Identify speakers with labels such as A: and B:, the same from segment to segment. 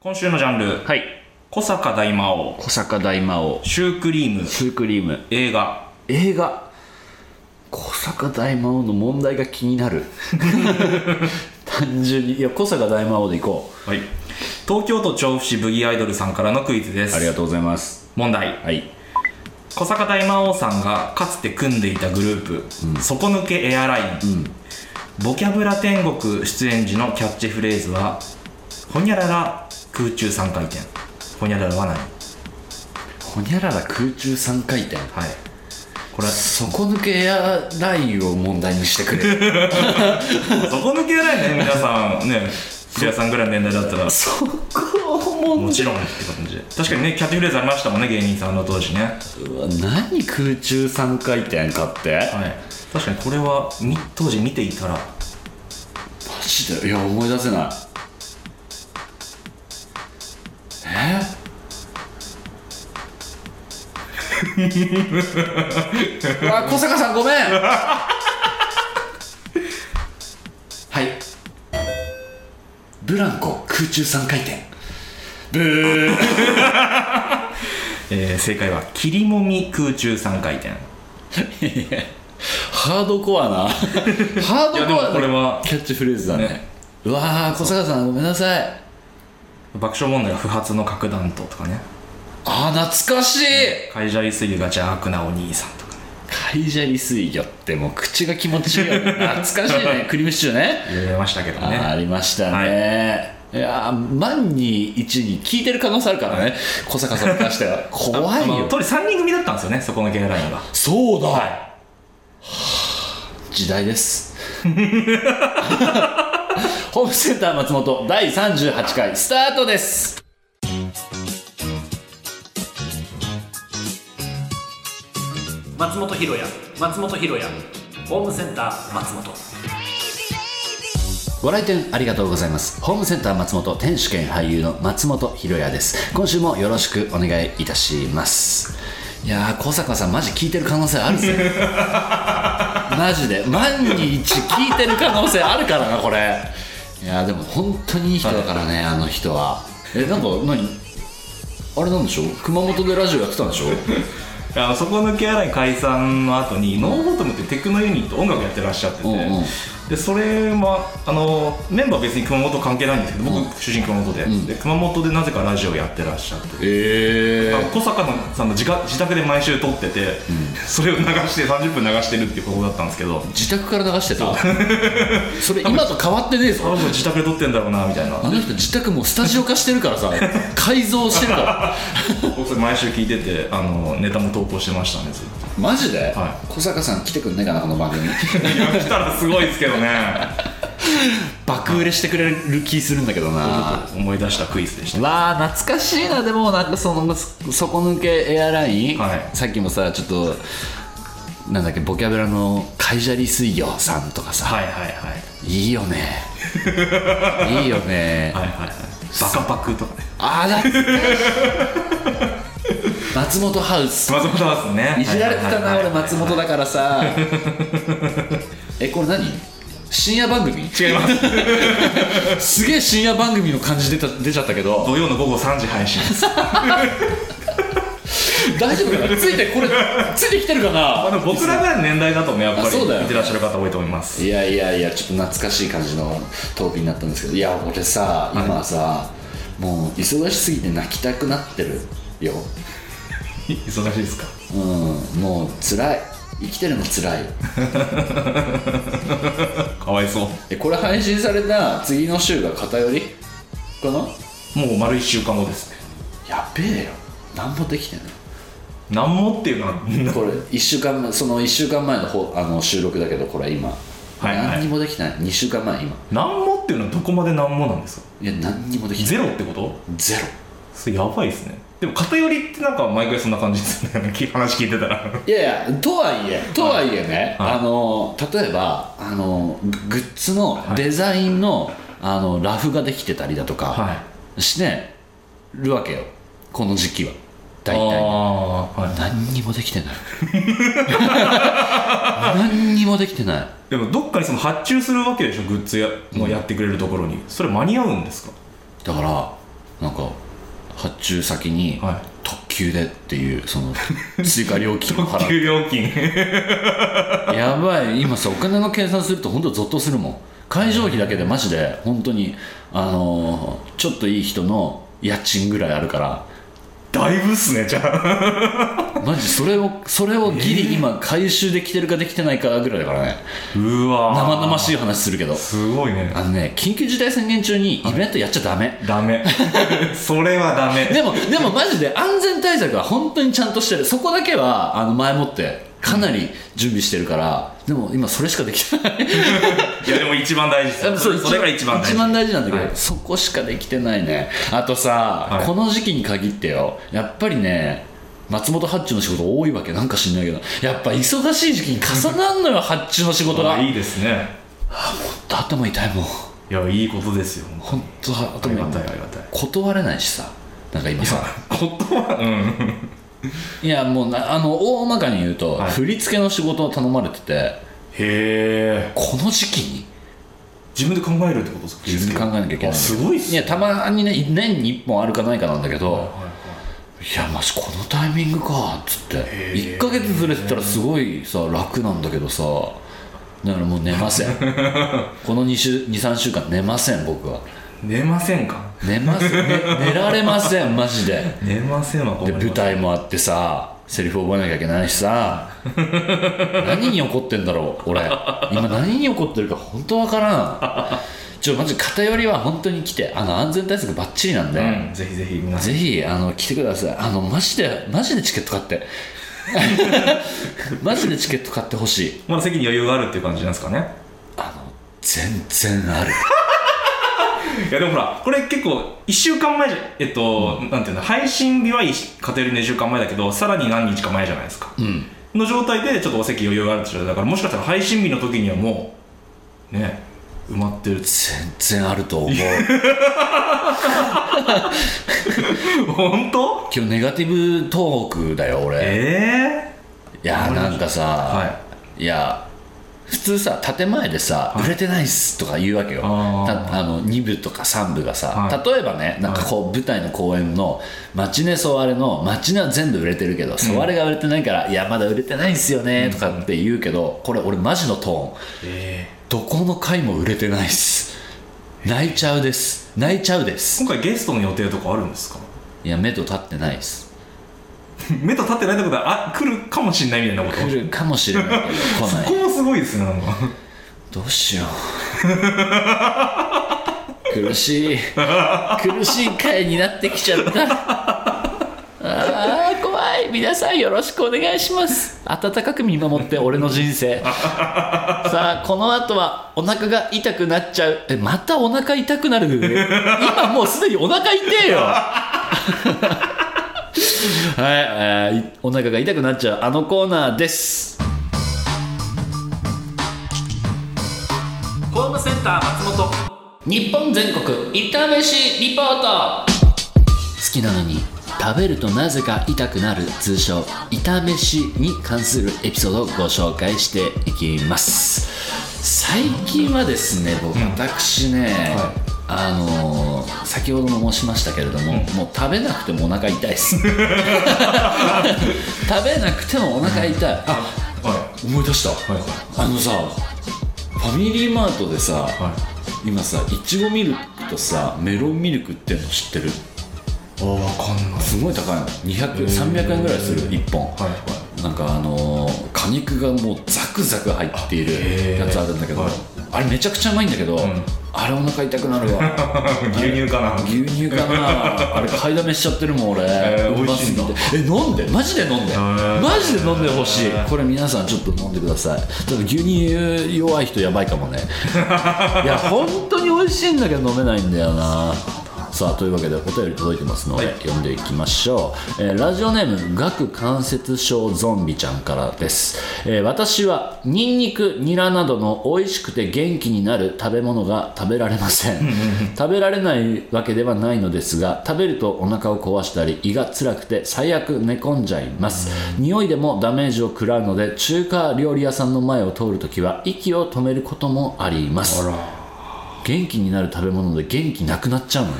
A: 今週のジャンル、
B: はい
A: 小坂大魔王、
B: 小坂大魔王
A: シュークリーム、
B: シュークリーム
A: 映画。
B: 映画小坂大魔王の問題が気にな る単純にいや小坂大魔王でいこ
A: はい。東京都調布市ブギアイドルさんからのクイズで
B: う
A: す。
B: ありがとうございます
A: 問題。
B: はい
A: 小坂大魔王さんがかつて組んでいたグループ、底抜けエアライン、ボキャブラ天国出演時のキャッチフレーズは「ほにゃらら空中3回転」「ほにゃららは何?」
B: ほにゃらら空中3回転
A: はいこれは
B: 底抜けエアラインを問題にしてくれ
A: 底抜けエアラインね皆さんね古谷さんぐらいの年代だったら
B: そこを
A: も
B: 問
A: ちろんって感じで確かにねキャッチフレーズありましたもんね芸人さんの当時ね
B: うわ何空中3回転かって、
A: はい確かにこれはみ当時見ていたら
B: マジでいや思い出せないえ ーうわ小坂さんごめんはいブランコ空中3回転ブー
A: えー正解は「霧もみ空中3回転」
B: ハードコアなハードコア
A: いやでもこれは
B: なキャッチフレーズだね
A: ね
B: うわー小坂さんごめんなさい
A: 爆笑問題は不発の核弾頭とかね
B: あー懐かしい、
A: 海砂利水魚が邪悪なお兄さんとかね
B: 海砂利水魚ってもう口が気持ちいいよね 懐かしいねクリームシチューね
A: 入れましたけど
B: あーあ
A: ね
B: りましたね、、
A: はい
B: やー万に一に聞いてる可能性あるからね小坂さんに関しては怖 い
A: あの
B: よ
A: 当時3人組だったんですよねそこのゲーラインが
B: そうだ、
A: は
B: 時代です ホームセンター松本第38回スタートです
C: 松本ひろや松本ひろやホームセンター松本
B: ご来店ありがとうございますホームセンター松本天主兼俳優の松本ひろやです今週もよろしくお願いいたしますいやー小坂さんマジ聞いてる可能性ある ぜマジで万に一聞いてる可能性あるからなこれいやーでも本当にいい人だからね、あの人はえなんか何あれなんでしょう熊本でラジオやってたん でしょ
A: いあのそこのゲーライン解散の後にノーボトムってテクノユニット音楽やってらっしゃってて、
B: うんうん
A: でそれもあのメンバーは別に熊本関係ないんですけど僕、主人熊本で,、で熊本でなぜかラジオやってらっしゃってて
B: え
A: あの小坂さんの自家自宅で毎週撮ってて、それを流して30分流してるっていうことだったんですけど
B: 自宅から流してたそれ今と変わってねえぞ
A: 多分自宅で撮ってんだろうなみたいな
B: あの人自宅もうスタジオ化してるから さ改造してるから
A: 僕それ毎週聞いててあのネタも投稿してましたねずっと
B: マジで、
A: は
B: 小坂さん来てくんないかなこの番組
A: いや来たらすごいですけどね
B: 爆売れしてくれる気するんだけどな
A: 思い出したクイズでした
B: わあ懐かしいなでもなんかその底抜けエアライン、
A: はい
B: さっきもさちょっとなんだっけボキャブラの海砂利水魚さんとかさ、
A: はいはいはい
B: いいよ ねいいよね
A: はいはいはいバカパクとかね
B: ああ 懐かしい松本ハウス
A: 松本ハウスね
B: いじられてたな
A: はいはい
B: 俺
A: はい
B: 松本だから さえこれ何深夜番
A: 違
B: 組
A: います
B: すげえ深夜番組の感じ出た出ちゃったけど
A: 土曜の午後3時配信です
B: 大丈夫かなついてこれついてきてるか
A: あ
B: な
A: の僕らぐらいの年代だとねやっぱり
B: あそうだよ
A: 見てらっしゃる方多いと思います
B: いやいやいやちょっと懐かしい感じのトークになったんですけどいや俺さ今さ、もう忙しすぎて泣きたくなってるよ
A: 忙しいですか
B: うんもう辛い生きてるの辛い
A: かわいそう
B: えこれ配信された次の週が偏りかな
A: もう丸1週間後ですね
B: やべえよ何もできてない
A: 何もっていうのは
B: これ1週間前その1週間前のほうあの収録だけどこれ今、
A: はいはい
B: 何にもできてない2週間前今
A: 何もっていうのはどこまで何もなんですか
B: いや何にもできて
A: ゼ
B: ない
A: ロってこと
B: ゼロ
A: それやばいですねでも偏りってなんか毎回そんな感じですね き話聞いてたらはい
B: やいやとはいえとはいえね、
A: はい
B: あの例えばあのグッズのデザインの,、あのラフができてたりだとか
A: い
B: してるわけよこの時期は大
A: あ
B: 体
A: あー、はい、
B: 何にもできてない 何にもできてない
A: でもどっかにその発注するわけでしょグッズやもうやってくれるところにそれ間に合うんですか
B: だからなんか発注先に
A: はい
B: 特急でっていうその追加料金を
A: 特
B: 払
A: 急料金
B: う やばい今さお金の計算すると本当ゾッとするもん会場費だけでマジで本当にあのーちょっといい人の家賃ぐらいあるから
A: だいぶっすねじゃあ
B: マジそれをそれをギリ今回収できてるかできてないかぐらいだからね
A: うわ
B: 生々し
A: い
B: い話するけど
A: すごいね
B: あのね緊急事態宣言中にイベントやっちゃダメ
A: ダメ それはダメ
B: でも、でもマジで安全対策は本当にちゃんとしてる。そこだけは、あの、前もって、かなり準備してるから、でも今それしかできて ない。
A: いやでも一番大事ですそれそれが一番大事
B: 一番大事なんだけど、
A: はい
B: そこしかできてないね。あとさ、
A: はい
B: この時期に限ってよ、やっぱりね、松本発注の仕事多いわけなんか知んないけど、やっぱ忙しい時期に重なるのよ、発注の仕事が。
A: あいいですね
B: 頭痛いもん。
A: いやいいことですよ
B: 本当
A: あ
B: 頭
A: り
B: 痛い
A: がたいありがたい
B: 断れないしさ、なんか今さ。
A: 言葉うん
B: いやもうなあの大まかに言うと、
A: はい
B: 振り付けの仕事を頼まれてて
A: へえ
B: この時期に
A: 自分で考えるってことですか
B: 自分で考えなきゃいけない
A: あすごいっ
B: い
A: すね
B: やたまにね年に1本あるかないかなんだけど、
A: はいはい
B: い、やマジこのタイミングかっつって
A: へー
B: 1ヶ月ずれてたらすごいさ楽なんだけどさだからもう寝 ませんこの23週間寝ません僕は
A: 寝ませんか
B: 寝ません、ね、寝られませんマジで
A: 寝ませんは困
B: で
A: ります
B: 舞台もあってさセリフ覚えなきゃいけないし さ何に怒ってんだろう俺今何に怒ってるか本当わからんちょマジ偏りは本当に来てあの安全対策バッチリなんで、
A: うんぜひぜひ皆さん
B: ぜひあの来てくださいあのマジでマジでチケット買って マジでチケット買ってほしい
A: まだ席に余裕があるっていう感じなんですかね
B: あの全然ある
A: いやでもほらこれ結構1週間前じゃえっと、なんていうの配信日は偏り2週間前だけどさらに何日か前じゃないですか
B: うん
A: の状態でちょっとお席余裕があるって状態だからもしかしたら配信日の時にはもうね埋まってる っつ
B: 全然あ ると思う
A: 本当
B: 今日ネガティブトークだよ俺
A: え
B: いやーなんかさ、、
A: はい
B: や普通さ建前でさ、売れてないっすとか言うわけよ
A: あー
B: たあの2部とか3部がさ、
A: はい
B: 例えばねなんかこう舞台の公演の「マチネソワレ」の「マチネは全部売れてるけどソワレが売れてないから、いやまだ売れてないんすよね」とかって言うけどこれ俺マジのトーン
A: ええ
B: どこの回も売れてないっす泣いちゃうです泣いちゃうです
A: 今回ゲストの予定とかあるんですか
B: いや目と立ってないっす
A: 目と立ってないってことはあ来るかもしんないみたいなこと
B: 来るかもしれないけど来ない
A: ここもすごいですねなんか
B: どうしよう 苦しい苦しい回になってきちゃったあー怖い皆さんよろしくお願いします温かく見守って俺の人生さあこの後はお腹が痛くなっちゃうえまたお腹痛くなる今もうすでにお腹痛えよはい、えーいお腹が痛くなっちゃうあのコーナーです
C: ホームセンター松本
B: 日本全国痛飯リポート好きなのに食べるとなぜか痛くなる通称痛飯に関するエピソードをご紹介していきます最近はですね僕私ね、あのー先ほども申しましたけれども、もう食べなくてもお腹痛いです 食べなくてもお腹痛い、あ
A: は
B: 思い出した、
A: いはい
B: あのさファミリーマートでさ、
A: は
B: 今さいちごミルクとさメロンミルク売ってんの知ってる
A: あわかんない
B: すごい高いの200300円ぐらいする1本
A: はいは
B: なんかあのー果肉がもうザクザク入っている
A: へー
B: やつあるんだけど
A: はい
B: あれめちゃくちゃうまいんだけど、
A: ん
B: あれお腹痛くなる わ
A: い牛乳かな
B: 牛乳かなあれ買いだめしちゃってるもん俺、
A: えー
B: うますぎて
A: 美味
B: え飲んでマジで飲んで
A: ー
B: マジで飲んでほしい
A: えー
B: これ皆さんちょっと飲んでください多分牛乳弱い人やばいかもねいや本当に美味しいんだけど飲めないんだよなさあというわけでお便り届いてますので、読んでいきましょう、えーラジオネーム「顎関節症ゾンビちゃん」からです、えー私はニンニクニラなどの美味しくて元気になる食べ物が食べられません食べられないわけではないのですが食べるとお腹を壊したり胃が辛くて最悪寝込んじゃいます匂いでもダメージを食らうので中華料理屋さんの前を通るときは息を止めることもあります元気になる食べ物で元気なくなっちゃうのよ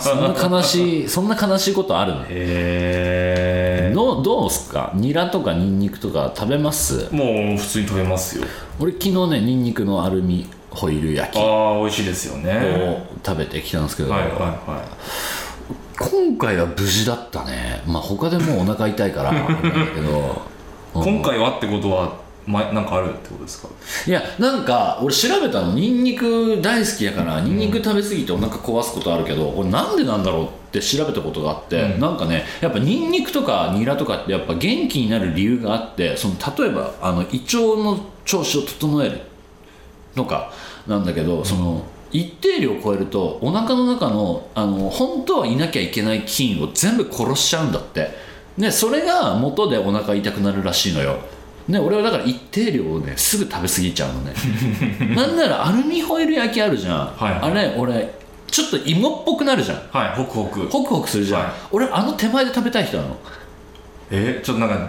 B: そんな悲しいそんな悲しいことあるの
A: へ
B: どうどうすかニラとかニンニクとか食べます
A: えもう普通に食べますよ
B: 俺昨日ねニンニクのアルミホイル焼きを
A: ああ美味しいですよね
B: 食べてきたんですけど、
A: はいはいは
B: 今回は無事だったねまあ他でもうお腹痛いからあれなんだけど
A: い今回はってことはまなんかあるってことですか
B: いやなんか俺調べたのニンニク大好きやからニンニク食べ過ぎてお腹壊すことあるけど、俺なんでなんだろうって調べたことがあって、
A: うん
B: なんかねやっぱニンニクとかニラとかってやっぱ元気になる理由があってその例えばあの胃腸の調子を整えるとかなんだけど、その一定量を超えるとお腹の中のあの本当はいなきゃいけない菌を全部殺しちゃうんだってでそれが元でお腹痛くなるらしいのよね、俺はだから一定量をねすぐ食べ過ぎちゃうのね なんならアルミホイル焼きあるじゃん、
A: はい
B: あれ俺ちょっと芋っぽくなるじゃん
A: はいホクホク
B: ホクホクするじゃん、
A: はい
B: 俺あの手前で食べたい人なの
A: えちょっとなんか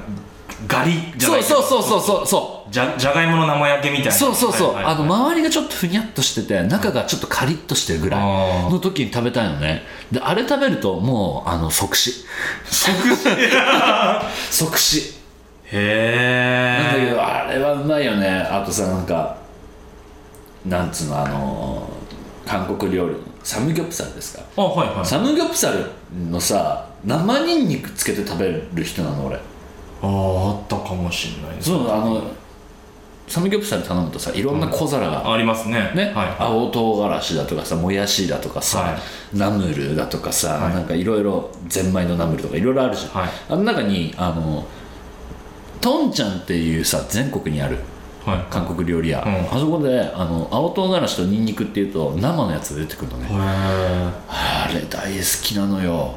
A: ガリじゃない
B: そ
A: うけど
B: そうそうそうそうそう
A: じゃじゃがいもの生焼けみたいな
B: そうそうそう、
A: はいはいはい
B: あの周りがちょっとふにゃっとしてて中がちょっとカリッとしてるぐら
A: あ
B: い
A: ー
B: の時に食べたいのねであれ食べるともうあの即死
A: 即死へ
B: 即死なんだけ
A: え
B: どあれはうまいよねあとさなんかなんつうのあのー韓国料理サムギョプサルですか
A: あはいはい
B: サムギョプサルのさ生ニンニクつけて食べる人なの俺
A: あああったかもしれないです
B: そうあのサムギョプサル頼むとさいろんな小皿が、
A: ありますね
B: ね
A: はい
B: 青唐辛子だとかさもやしだとかさ、
A: は
B: ナムルだとかさ、
A: はい
B: なんかいろいろゼンマイのナムルとかいろいろあるじゃん、
A: はい
B: あの中にあのトンちゃんっていうさ全国にある
A: はい
B: 韓国料理屋、
A: ん
B: あそこであの青唐辛子とニンニクっていうと生のやつが出てくるのね、
A: へ
B: あれ大好きなのよ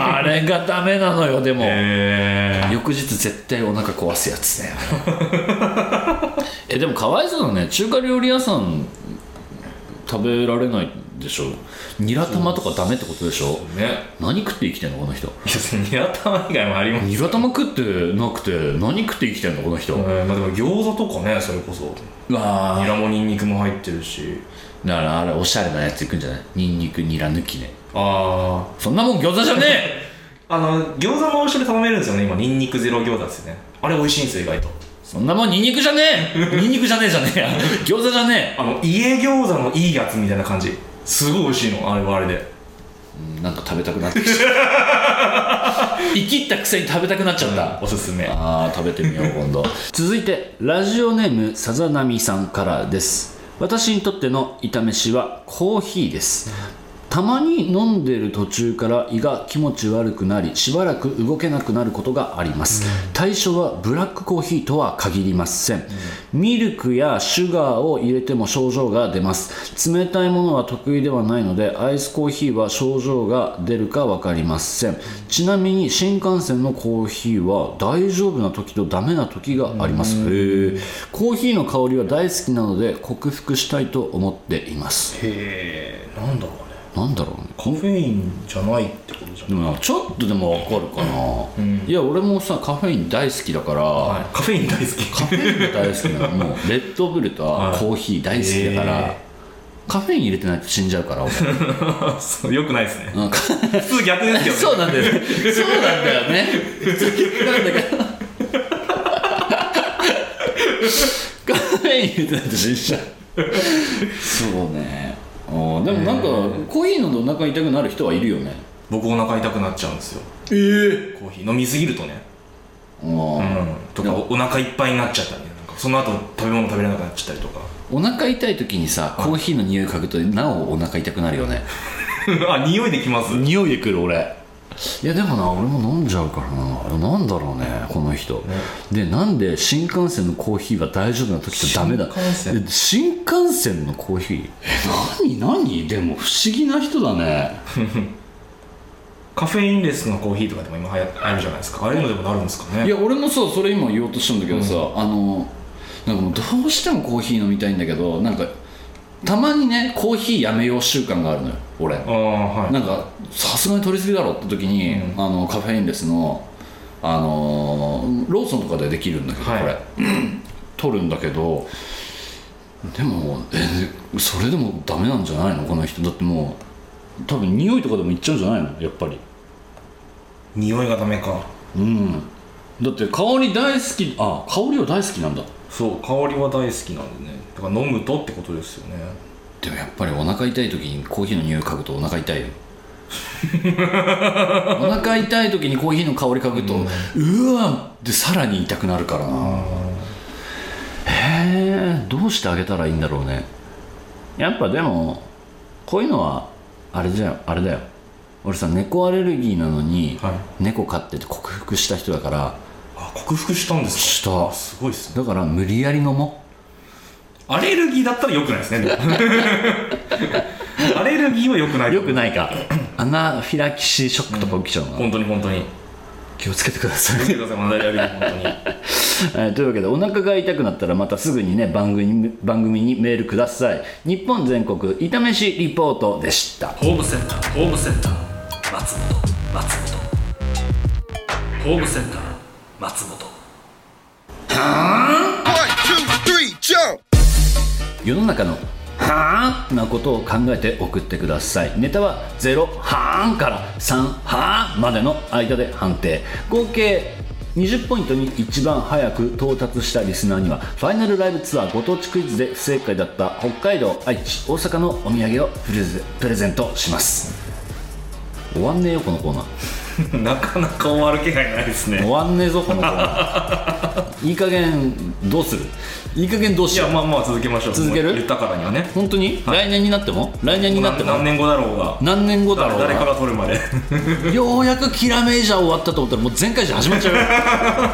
B: あれがダメなのよでも、
A: えー
B: 翌日絶対お腹壊すやつね えでもかわいそうだね中華料理屋さん食べられないでしょニラ玉とかダメってことでしょ
A: ね
B: 何食って生きてんのこの人
A: いやそのニラ玉以外もあります
B: ニラ玉食ってなくて何食って生きてんのこの人、
A: えーまあでも餃子とかねそれこそ
B: ああ
A: ニラもニンニクも入ってるし
B: だからあれおしゃれなやついくんじゃないニンニクニラ抜きね
A: あ
B: そんなもん餃子じゃねえ
A: ああの餃子も一緒に頼めるんですよね今ニンニクゼロ餃子ですよねあれ美味しいんですよ意外と
B: そんなもんニンニクじゃね えニンニクじゃねえじゃねえや餃子じゃね
A: あの家餃子のいいやつみたいな感じすごい美味しいのあれはあれで
B: えうんなんか食べたくなってきた 生きったくせに食べたくなっちゃった、
A: おすすめあ
B: あー食べてみよう今度 続いてラジオネームさざなみさんからです私にとっての炒めしはコーヒーですたまに飲んでる途中から胃が気持ち悪くなりしばらく動けなくなることがあります、対処はブラックコーヒーとは限りません、ミルクやシュガーを入れても症状が出ます冷たいものは得意ではないのでアイスコーヒーは症状が出るか分かりませんちなみに新幹線のコーヒーは大丈夫な時とダメな時がありますへえコーヒーの香りは大好きなので克服したいと思っています
A: へえんだろうね
B: なんだろうね
A: カフェインじゃないってことじゃ
B: でもなちょっとでも分かるかな、いや俺もさカフェイン大好きだから、
A: ない、はい、カフェイン大好き
B: カフェインが大好きなのもうレッドブルとコーヒー大好きだから、
A: はいへ
B: カフェイン入れてないと死んじゃうから 俺
A: そうよくないですね
B: うんか
A: 普通逆ですよね
B: そうなんだよねそうなんだよねなんだけどカフェイン入れてないと死んじゃうそうねあーでもなんかコーヒー飲んでお腹痛くなる人はいるよね
A: 僕お腹痛くなっちゃうんですよ
B: ええ
A: コーヒー飲みすぎるとねうんとかおお腹いっぱいになっちゃったりなんかその後食べ物食べれなくなっちゃったりとか
B: お腹痛い時にさコーヒーの匂い嗅ぐとなおお腹痛くなるよね
A: あ匂いできます
B: 匂いでくる俺いやでもな俺も飲んじゃうからななんだろうねこの人、でなんで新幹線のコーヒーは大丈夫な時とダメだ
A: 新幹線
B: で新幹線のコーヒーえ何何でも不思議な人だね
A: カフェインレスのコーヒーとかでも今流行あるじゃないですかああいうのでもなるんですかね
B: いや俺もそうそれ今言おうとしたんだけどさ、あのなんかもうどうしてもコーヒー飲みたいんだけどなんかたまにねコーヒーやめよう習慣があるのよ俺
A: ああはい
B: なんかさすがに取りすぎだろって時に、
A: うん
B: あのカフェインレスの、あ のーローソンとかでできるんだけど、
A: はい
B: これ取るんだけどでもえそれでもダメなんじゃないのこの人だってもう多分匂いとかでもいっちゃうんじゃないのやっぱり
A: 匂いがダメか
B: うんだって香り大好きあ香りは大好きなんだ
A: そう香りは大好きなんでねだから飲むとってことですよね
B: でもやっぱりお腹痛い時にコーヒーの匂い嗅ぐとお腹痛いよ お腹痛い時にコーヒーの香り嗅ぐと、うわでさらに痛くなるからなへえどうしてあげたらいいんだろうねやっぱでもこういうのはあれじゃあれだよ俺さ猫アレルギーなのに、
A: はい
B: 猫飼ってて克服した人だから
A: あ克服したんです
B: した
A: かすごいっすね
B: だから無理やり飲も
A: アレルギーだったら良くないですね でもアレルギーは良くな
B: う
A: い
B: よくないかアナフィラキシーショックとか起きちゃうな、
A: 本当に本当に
B: 気をつけてください
A: 見てくださいマダリアルギー本当に
B: えーというわけでお腹が痛くなったらまたすぐにね番組に番組にメールください日本全国痛めしリポートでした
C: ホームセンターホームセンター松本松本ホームセンター松本
D: One, two, three, jump!
B: 世の中のはーんなことを考えて送ってくださいネタは0はーんから3はーんまでの間で判定合計20ポイントに一番早く到達したリスナーにはファイナルライブツアーご当地クイズで不正解だった北海道愛知大阪のお土産をプレゼプレゼントします終わんねえよこのコーナー
A: なかなか終わる気配ないですね
B: 終わんねえぞこの子はいい加減どうするいい加減どう
A: い
B: しよ
A: や
B: う
A: まあまあ続けましょう
B: 続ける
A: 言ったからにはね
B: 本当に、来年になっても来年になって
A: 何
B: も
A: 何年後だろうが
B: 何年後だろう
A: 誰か
B: な
A: が取るまで
B: ようやく「キラメイジャー」終わったと思ったらもう全開じゃ始まっちゃ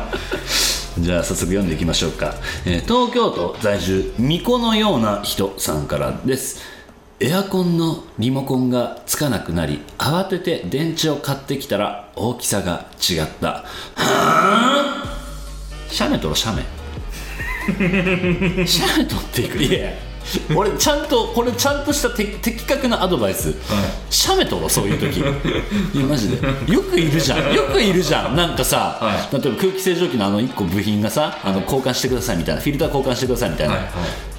B: うよ じゃあ早速読んでいきましょうか、えー東京都在住巫女のような人さんからですエアコンのリモコンがつかなくなり慌てて電池を買ってきたら大きさが違ったはぁ写メ撮ろ写 メ写メ取っていくいや俺ちゃんとこれちゃんとしたて的確なアドバイス、写メ取ろうそういう時いやマジでよくいるじゃんよくいるじゃんなんかさ、
A: は
B: 例えば空気清浄機のあの1個部品がさあの交換してくださいみたいなフィルター交換してくださいみたいな、、
A: はいは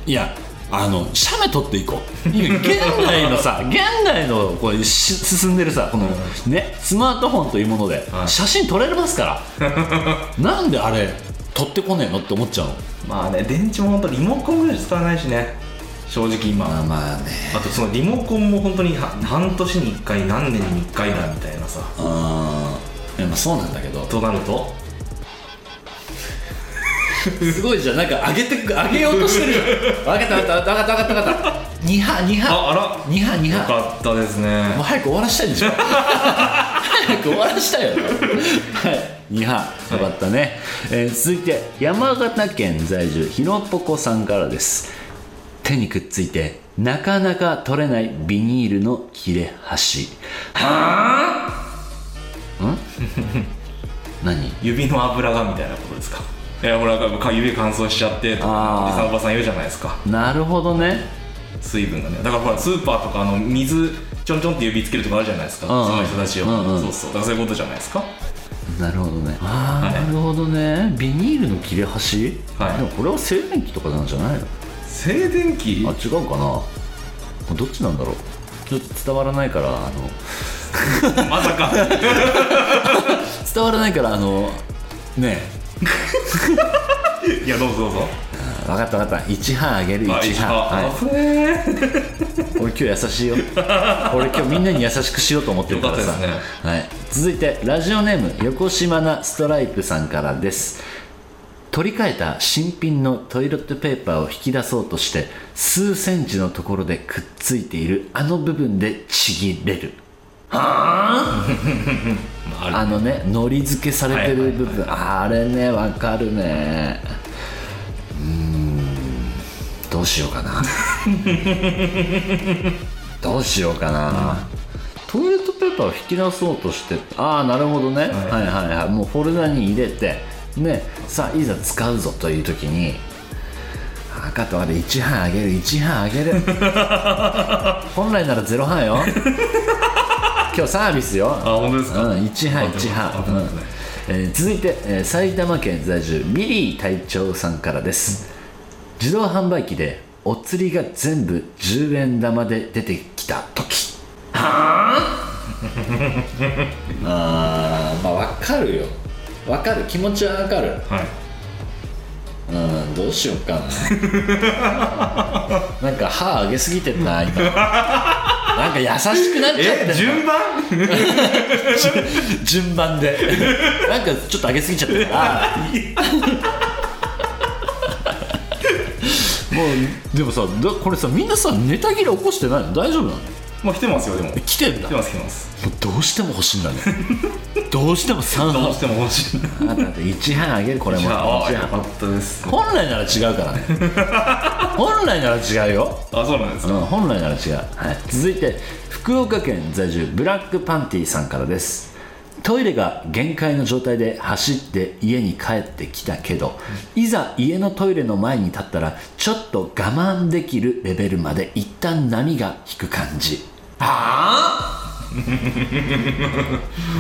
A: い
B: やあの写メ取っていこういや現代のさ現代のこうし進んでるさこの、ね、スマートフォンというもので、
A: はい
B: 写真撮れますからなんであれ取ってこねえのって思っちゃうの
A: まあね電池も本当リモコンぐらいしか使わないしね正直今
B: まあ
A: あ
B: まあね
A: とそのリモコンも本当には半年に1回何年に1回だみたいなさ
B: あーいやまあそうなんだけど
A: となると
B: すごいじゃんなんか上げてく上げようとし てるじゃん分かった分かった分かった分かった分かった2波2波
A: ああ
B: 2波2
A: らよ
B: 波
A: かったですね
B: もう早く終わらしたいんでしょ早く終わらしたいよはい2波よかったね、えー続いて山形県在住ひろぽこさんからです手にくっついてなかなか取れないビニールの切れ端はあん何
A: 指の油がみたいなことですかいやほらか指乾燥しちゃってと
B: あ
A: か
B: ー
A: おじさんおばさん言うじゃないですか
B: なるほどね
A: 水分がねだからほらスーパーとかあの水ちょんちょんって指つけるとかあるじゃないですか
B: うんうん
A: その人たちを
B: うんうん
A: そうそうだからそういうことじゃないですか
B: なるほどねああ、
A: はい
B: なるほどねビニールの切れ端、
A: はい
B: でもこれは静電気とかなんじゃないの
A: 静電気
B: あ違うかなどっちなんだろうちょっと伝わらないからあの
A: まさか
B: 伝わらないからあのね
A: いやどうぞどうぞ
B: え分かった分かった1波あげる
A: あ
B: 1
A: 一
B: 波、
A: あ
B: はい、
A: あぶねー
B: 俺今日優しい よ俺今日みんなに優しくしようと思ってるから
A: よ
B: さ、
A: かったです
B: はい、続いてラジオネーム横島なストライプさんからです取り替えた新品のトイレットペーパーを引き出そうとして数センチのところでくっついているあの部分でちぎれるはああのねのり付けされてる部分、あれねわかるねうーんどうしようかなどうしようかな、トイレットペーパーを引き出そうとしてああなるほどね、はい、はいはいもうフォルダに入れてねさあいざ使うぞという時にあかとあれ1半あげる1半あげ る本来なら0半よ今日サービスよ
A: あ本当ですか
B: うん、1波1波、
A: 危ない危ない
B: うんえー続いて、えー埼玉県在住ビリー隊長さんからです、自動販売機でお釣りが全部10円玉で出てきた時 はああーまあわかるよわかる気持ちはわかる
A: はい
B: うんどうしようかな なんか歯上げすぎてんな今なんか優しくなっちゃってん
A: え
B: な
A: 順番
B: 順番でなんかちょっと上げすぎちゃったからもうでもさだこれさみんなさネタ切れ起こしてないの大丈夫なの
A: もう来てますよでも来
B: 来てんだ
A: て
B: もう
A: ます来てます
B: どうしても欲しいんだねどうしても3
A: どう
B: 半
A: しても欲しい
B: あとあと1半あげるこれも
A: じゃああ
B: 一
A: よかっ
B: 半
A: たです
B: 本来なら違うからね本来なら違うよ
A: あそうなんです
B: う
A: か
B: ん、本来なら違う、はい、続いて福岡県在住ブラックパンティさんからですトイレが限界の状態で走って家に帰ってきたけどいざ家のトイレの前に立ったらちょっと我慢できるレベルまで一旦波が引く感じ
A: あ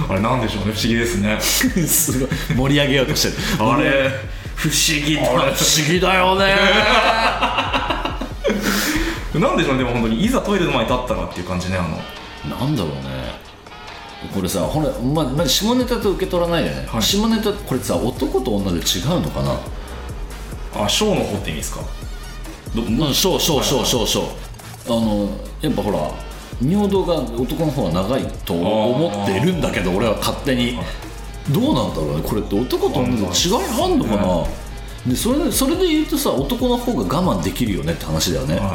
A: れなんでしょうね不思議ですね
B: すごい盛り上げようとしてる
A: あれ不思議だ
B: 不思議だよね
A: なんでしょうねでも本当にいざトイレの前に立ったらっていう感じねあの
B: なんだろうねこれさほら、まま、下ネタと受け取らないでね、
A: はい
B: 下ネタこれさ男と女で違うのかな
A: あショーの方って意味ですか
B: うん、そうそうそうそうそうあのやっぱほら尿道が男の方が長いと思ってるんだけど俺は勝手にどうなんだろうねこれって男と女で違いあんのかなでそれでそれで言うとさ男の方が我慢できるよねって話だよね
A: はい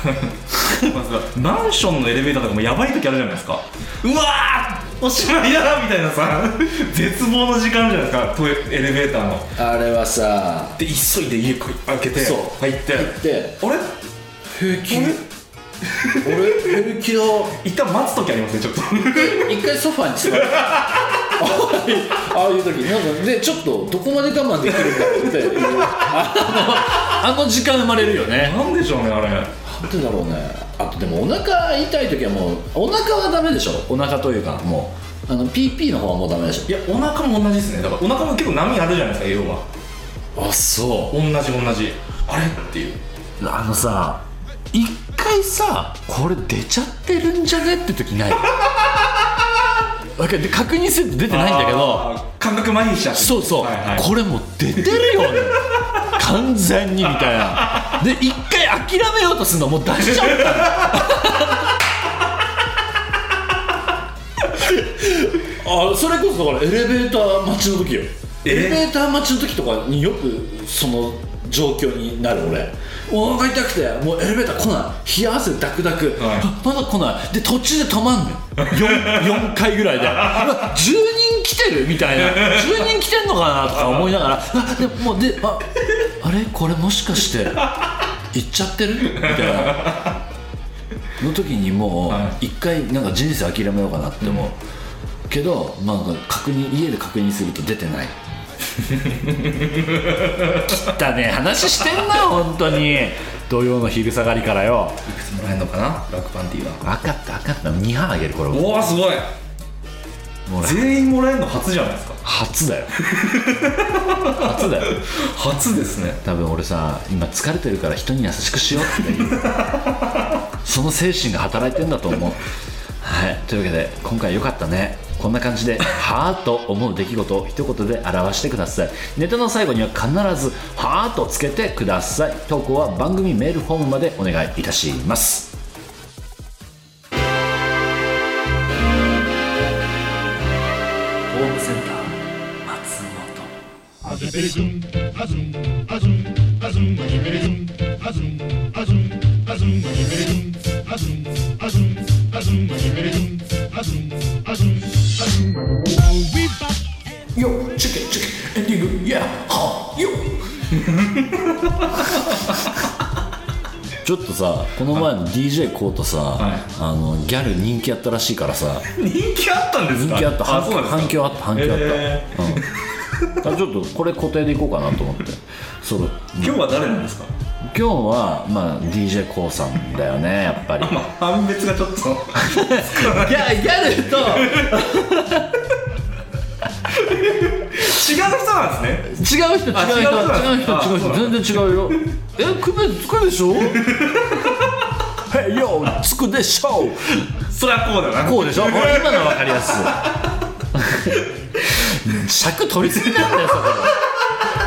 A: まあさマンションのエレベーターとかもやばい時あるじゃないですかうわーおしまいだみたいな さ絶望の時間あるじゃないですかトイレエレベーターの
B: あれはさ
A: で急いで家開けて
B: そう
A: 入って
B: 入って
A: あれ
B: 平気俺平気だ
A: 一旦待つ時ありますねちょっ と
B: 一回ソファーに 座るああいう時なんかでちょっとどこまで我慢できるんだろうっていうあのあの時間生まれるよね
A: なんでしょうねあれ
B: なんてだろうねあとでもお腹痛い時はもうお腹はダメでしょお腹というかもうあの PP の方はもうダメでし
A: いやお腹も同じですねだからお腹も結構波あるじゃないですか要は
B: ょあそ
A: 同じ同じあれっていう
B: うあのさ一回さこれ出ちゃってるんじゃねって時 ないわかるで確認すると出てないんだけど
A: あー感覚麻痺しちゃって
B: そうそう、
A: はいはい
B: これもう出てる よね完全にみたいなで一回諦めようとするのもう出しちゃった のあそれこそだからエレベーター待ちの時よ
A: え
B: エレベーター待ちの時とかによくその状況になる俺お腹痛くてもうエレベーター来ない冷や汗ダクダク、
A: はい
B: あまだ来ないで途中で止まんのよ 4, 4回ぐらいでうわ10人来てるみたいな10人来てんのかなとか思いながらあでももうでああれこれもしかして行っちゃってるみたいなの時にも
A: は
B: う一回なんか人生諦めようかなって思う、けど、まあ、なんか確認家で確認すると出てない汚ねえ話してんな 本当に土曜の昼下がりからよ
A: いくつもらえるのかなブラックパンティーは
B: 分かった分かった2杯あげるこれ
A: おおすごい
B: もらえ
A: 全員もらえるの初じゃないですか
B: 初 だよ初だよ
A: 初ですね
B: 多分俺さ今疲れてるから人に優しくしようっていうその精神が働いてんだと思うはいというわけで今回良かったねこんな感じではぁと思う出来事を一言で表してくださいネタの最後には必ずはぁとつけてください投稿は番組メールフォームまでお願いいたします
C: ホームセンター松本
E: Azum, azum, azum, azum, azum, azum, azum, azum, azum, azum, azum, azum, azum, azum.
B: よチェケチェケエンディングいやはよちょっとさこの前の d j コ o とさ、
A: はい
B: あのギャル人気やったらしいからさ
A: 人気あったんです
B: 人
A: か
B: 気あった
A: そうなんですか
B: 反響あった反響あった、
A: え
B: うん、だからちょっとこれ固定でいこうかなと思ってその
A: 今日は誰なんですか
B: 今日は、まあ、d j コ o さんだよねやっぱり
A: まあ判別がちょ っと
B: ギャギャルと
A: 違う人なんですね
B: 違う人違う人違
A: あ違う人なんだ
B: う人違う人全然違うよえ区別つくでし ょへいよつくでしょ
A: そりゃこうだな
B: こう でしょほら今の分かりやすい尺取りすぎなんだよそこ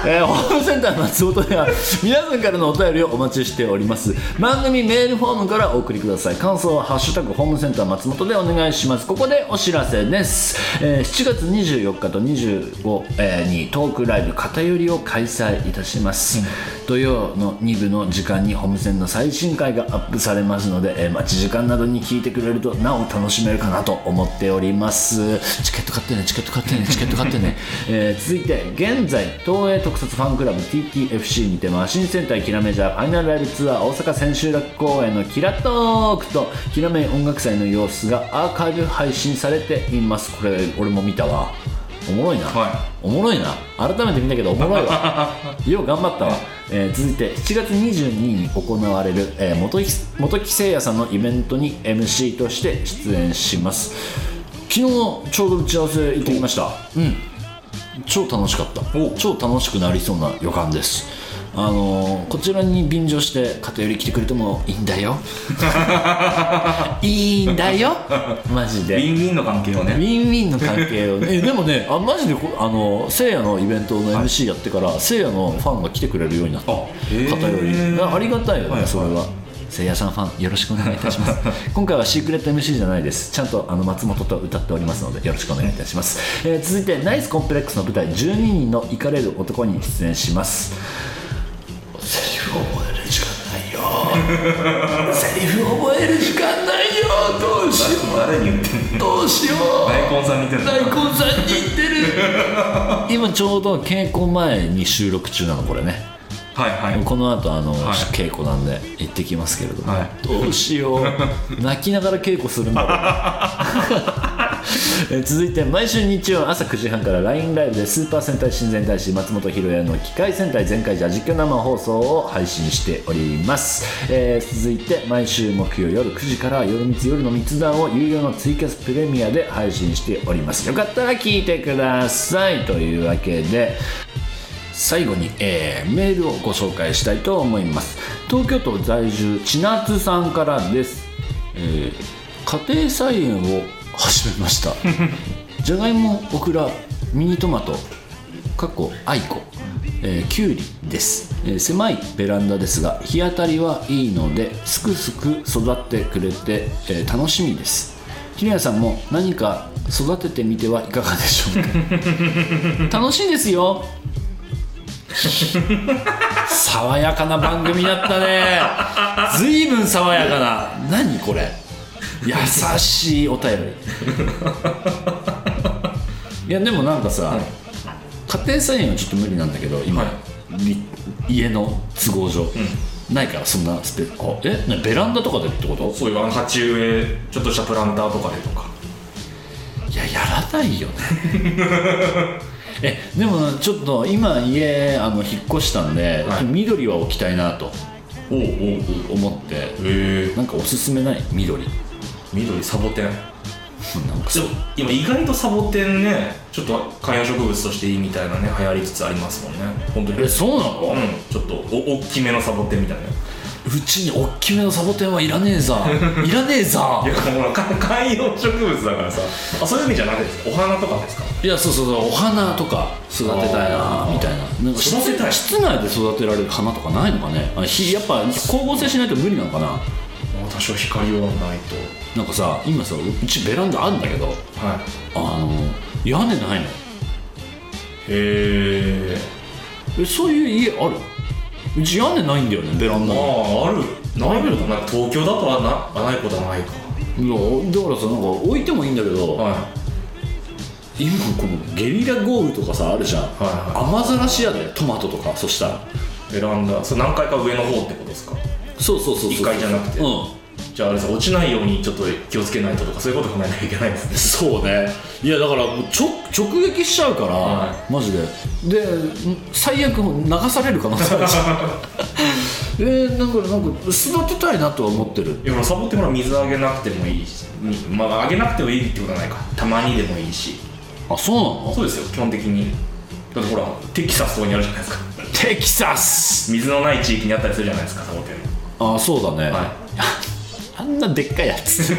B: えー、ホームセンター松本では皆さんからのお便りをお待ちしております番組メールフォームからお送りください感想は「ハッシュタグホームセンター松本」でお願いしますここでお知らせです、えー7月24日と25、えーにトークライブ「偏り」を開催いたします、土曜の2部の時間にホームセンの最新回がアップされますので、えー待ち時間などに聞いてくれるとなお楽しめるかなと思っておりますチケット買ってねチケット買ってねチケット買ってね、 えー続いて現在東映特撮ファンクラブ TTFC にてマシン戦隊キラメジャーファイナルライブツアー大阪千秋楽公演のキラトークとキラメイ音楽祭の様子がアーカイブ配信されていますこれ俺も見たわおもろいな、
A: は
B: おもろいな改めて見たけどおもろいわよう頑張ったわ、えー続いて7月22日に行われる、えー元木元木誠也さんのイベントに MC として出演します昨日ちょうど打ち合わせ行ってきましたうん超楽しかった超楽しくなりそうな予感ですあのーこちらに便乗して偏り来てくれてもいいんだよいいんだよマジで
A: ウィンウィンの関係を
B: ウ
A: ね
B: ィンウィンの関係をね えでもねあマジでこあのせいやのイベントの MC やってから、せいやのファンが来てくれるようになった
A: あへー
B: 方よりあありがたいよね、
A: いはい
B: それは。せいやさんファンよろしくお願いいたします 今回はシークレット MC じゃないですちゃんとあの松本と歌っておりますのでよろしくお願いいたします、えー続いてナイスコンプレックスの舞台12人のイカれる男に出演しますセリフを覚える時間ない よセリフ覚える時間ないよどうしよ
A: 誰に言ってんの
B: うどうしよう
A: 大根さん似てるの
B: 大根さんに言ってる 今ちょうど稽古前に収録中なのこれね
A: はいはい
B: この後あの、
A: い
B: 稽古なんで行ってきますけれども、
A: はい
B: どうし よう泣きながら稽古するんだろうえー続いて毎週日曜朝9時半から LINE ライブでスーパー戦隊親善大使松本博也の機械戦隊全開じゃ実況生放送を配信しております、えー続いて毎週木曜夜9時から夜三つ夜の密談を有料のツイキャスプレミアで配信しておりますよかったら聞いてくださいというわけで最後に、えーメールをご紹介したいと思います東京都在住千夏さんからです、えー家庭菜園を始めましたじゃがいもオクラミニトマトかっこアイコえーきゅうりです、えー狭いベランダですが日当たりはいいのですくすく育ってくれて、えー楽しみですひろやさんも何か育ててみてはいかがでしょうか楽しいですよ爽やかな番組だったねずいぶん爽やかな何これ優しいお便りいやでもなんかさ、家庭菜園はちょっと無理なんだけど今、
A: は
B: み家の都合上、ないからそんなスペースあえなベランダとかでってこと
A: そういうあの鉢植えちょっとしたプランターとかでとか
B: いややらないよね えでもちょっと今家あの引っ越したんで、
A: はい
B: 緑は置きたいなと
A: おうおう
B: 思って
A: おうへえ
B: なんかおすすめない緑
A: 緑サボテン
B: なんか
A: でも今意外とサボテンねちょっと観葉植物としていいみたいなね流行りつつありますもんね本当に
B: えそうなの、
A: う
B: うん
A: ちょっとお大きめのサボテンみたいな
B: ちにおっきめのサボテンはいらね えざいらねえざ
A: いやほらか観葉植物だからさあそういう意味じゃなくてですかお花とかですか
B: いやそうそうそうお花とか育てたいな
A: あー
B: みたいななんか室
A: 育てたい
B: 室内で育てられる花とかないのかねあひやっぱ光合成しないと無理なのかな
A: 多少光はないと
B: なんかさ今さうちベランダあるんだけど
A: はい
B: あの屋根ないの
A: へえ
B: えそういう家あるうち屋根ないんだよねベランダ
A: あ
B: に
A: ああるないけどな東京だとはなあないことはないか
B: いやだからさなんか置いてもいいんだけど、
A: は
B: 今このゲリラ豪雨とかさあるじゃん、
A: は
B: 雨ざらしやでトマトとかそしたら
A: いベランダそれ何階か上の方ってことですか
B: そうそうそうそう
A: 一階じゃなくて
B: うん
A: じゃああれさ落ちないようにちょっと気をつけないととかそういうこと考えなきゃいけないですね
B: そうねいやだからもうちょ直撃しちゃうから、
A: は
B: マジでで最悪もう流される可能性あるじゃんえ ー、だからなんか育てたいなとは思ってる
A: いやほらサボテンは水あげなくてもいいしにまああげなくてもいいってことはないかたまにでもいいし
B: あそうなの
A: そうですよ基本的にだってほらテキサスとかにあるじゃないですか
B: テキサス
A: 水のない地域にあったりするじゃないですかサボテン
B: ああそうだね、
A: はい
B: あんなで っかいやつ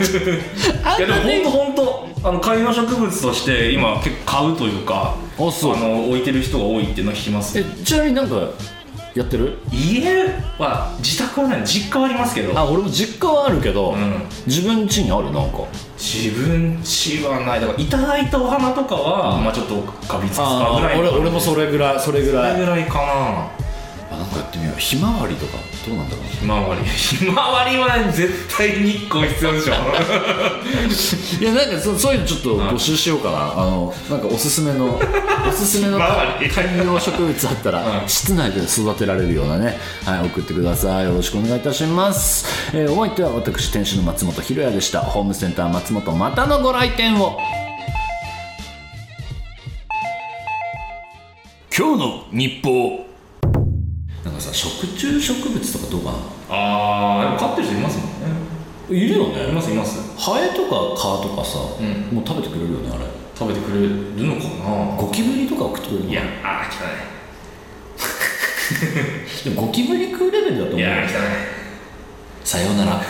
B: あ
A: いや
B: んなで
A: で
B: っ
A: も本当本当あの観葉植物として今結構買うというか
B: あそう
A: の置いてる人が多いっていうのは聞きます
B: えちなみになんかやってる
A: 家は自宅はない実家はありますけど
B: あ俺も実家はあるけど、
A: ん
B: 自分家にあるなんか
A: 自分家はないだからいただいたお花とかは、まあちょっとかびつつか
B: あ
A: ぐらい
B: 俺俺もそれぐらいそれぐ
A: そ
B: ら
A: れ
B: い
A: ぐらいか
B: あなんかやってみようひまわりとかどうなんだろう
A: なひまわりひまわりは絶対日光必要でしょ
B: いやなんかそそういうのちょっと募集しようかな、あのなんかおすすめ のおすすめの
A: 周り
B: 観葉植物あったら、
A: うん
B: 室内で育てられるようなね、はい、送ってくださいよろしくお願いいたします、えーお相手は私店主の松本ひろやでしたホームセンター松本またのご来店を
A: 今日の日報
B: なんかさ食虫植物とかどうか
A: ああでも飼ってる人いますもんね
B: ないるよ
A: い
B: ね
A: ますいます
B: ハエとか蚊とかさ、
A: ん
B: もう食べてくれるよねあれ
A: 食べてくれるのかな
B: ゴキブリとか送ってくれるの
A: いやあー汚
B: でもゴキブリ食うレベルだと思う
A: いい
B: よ
A: やー汚い
B: さようなら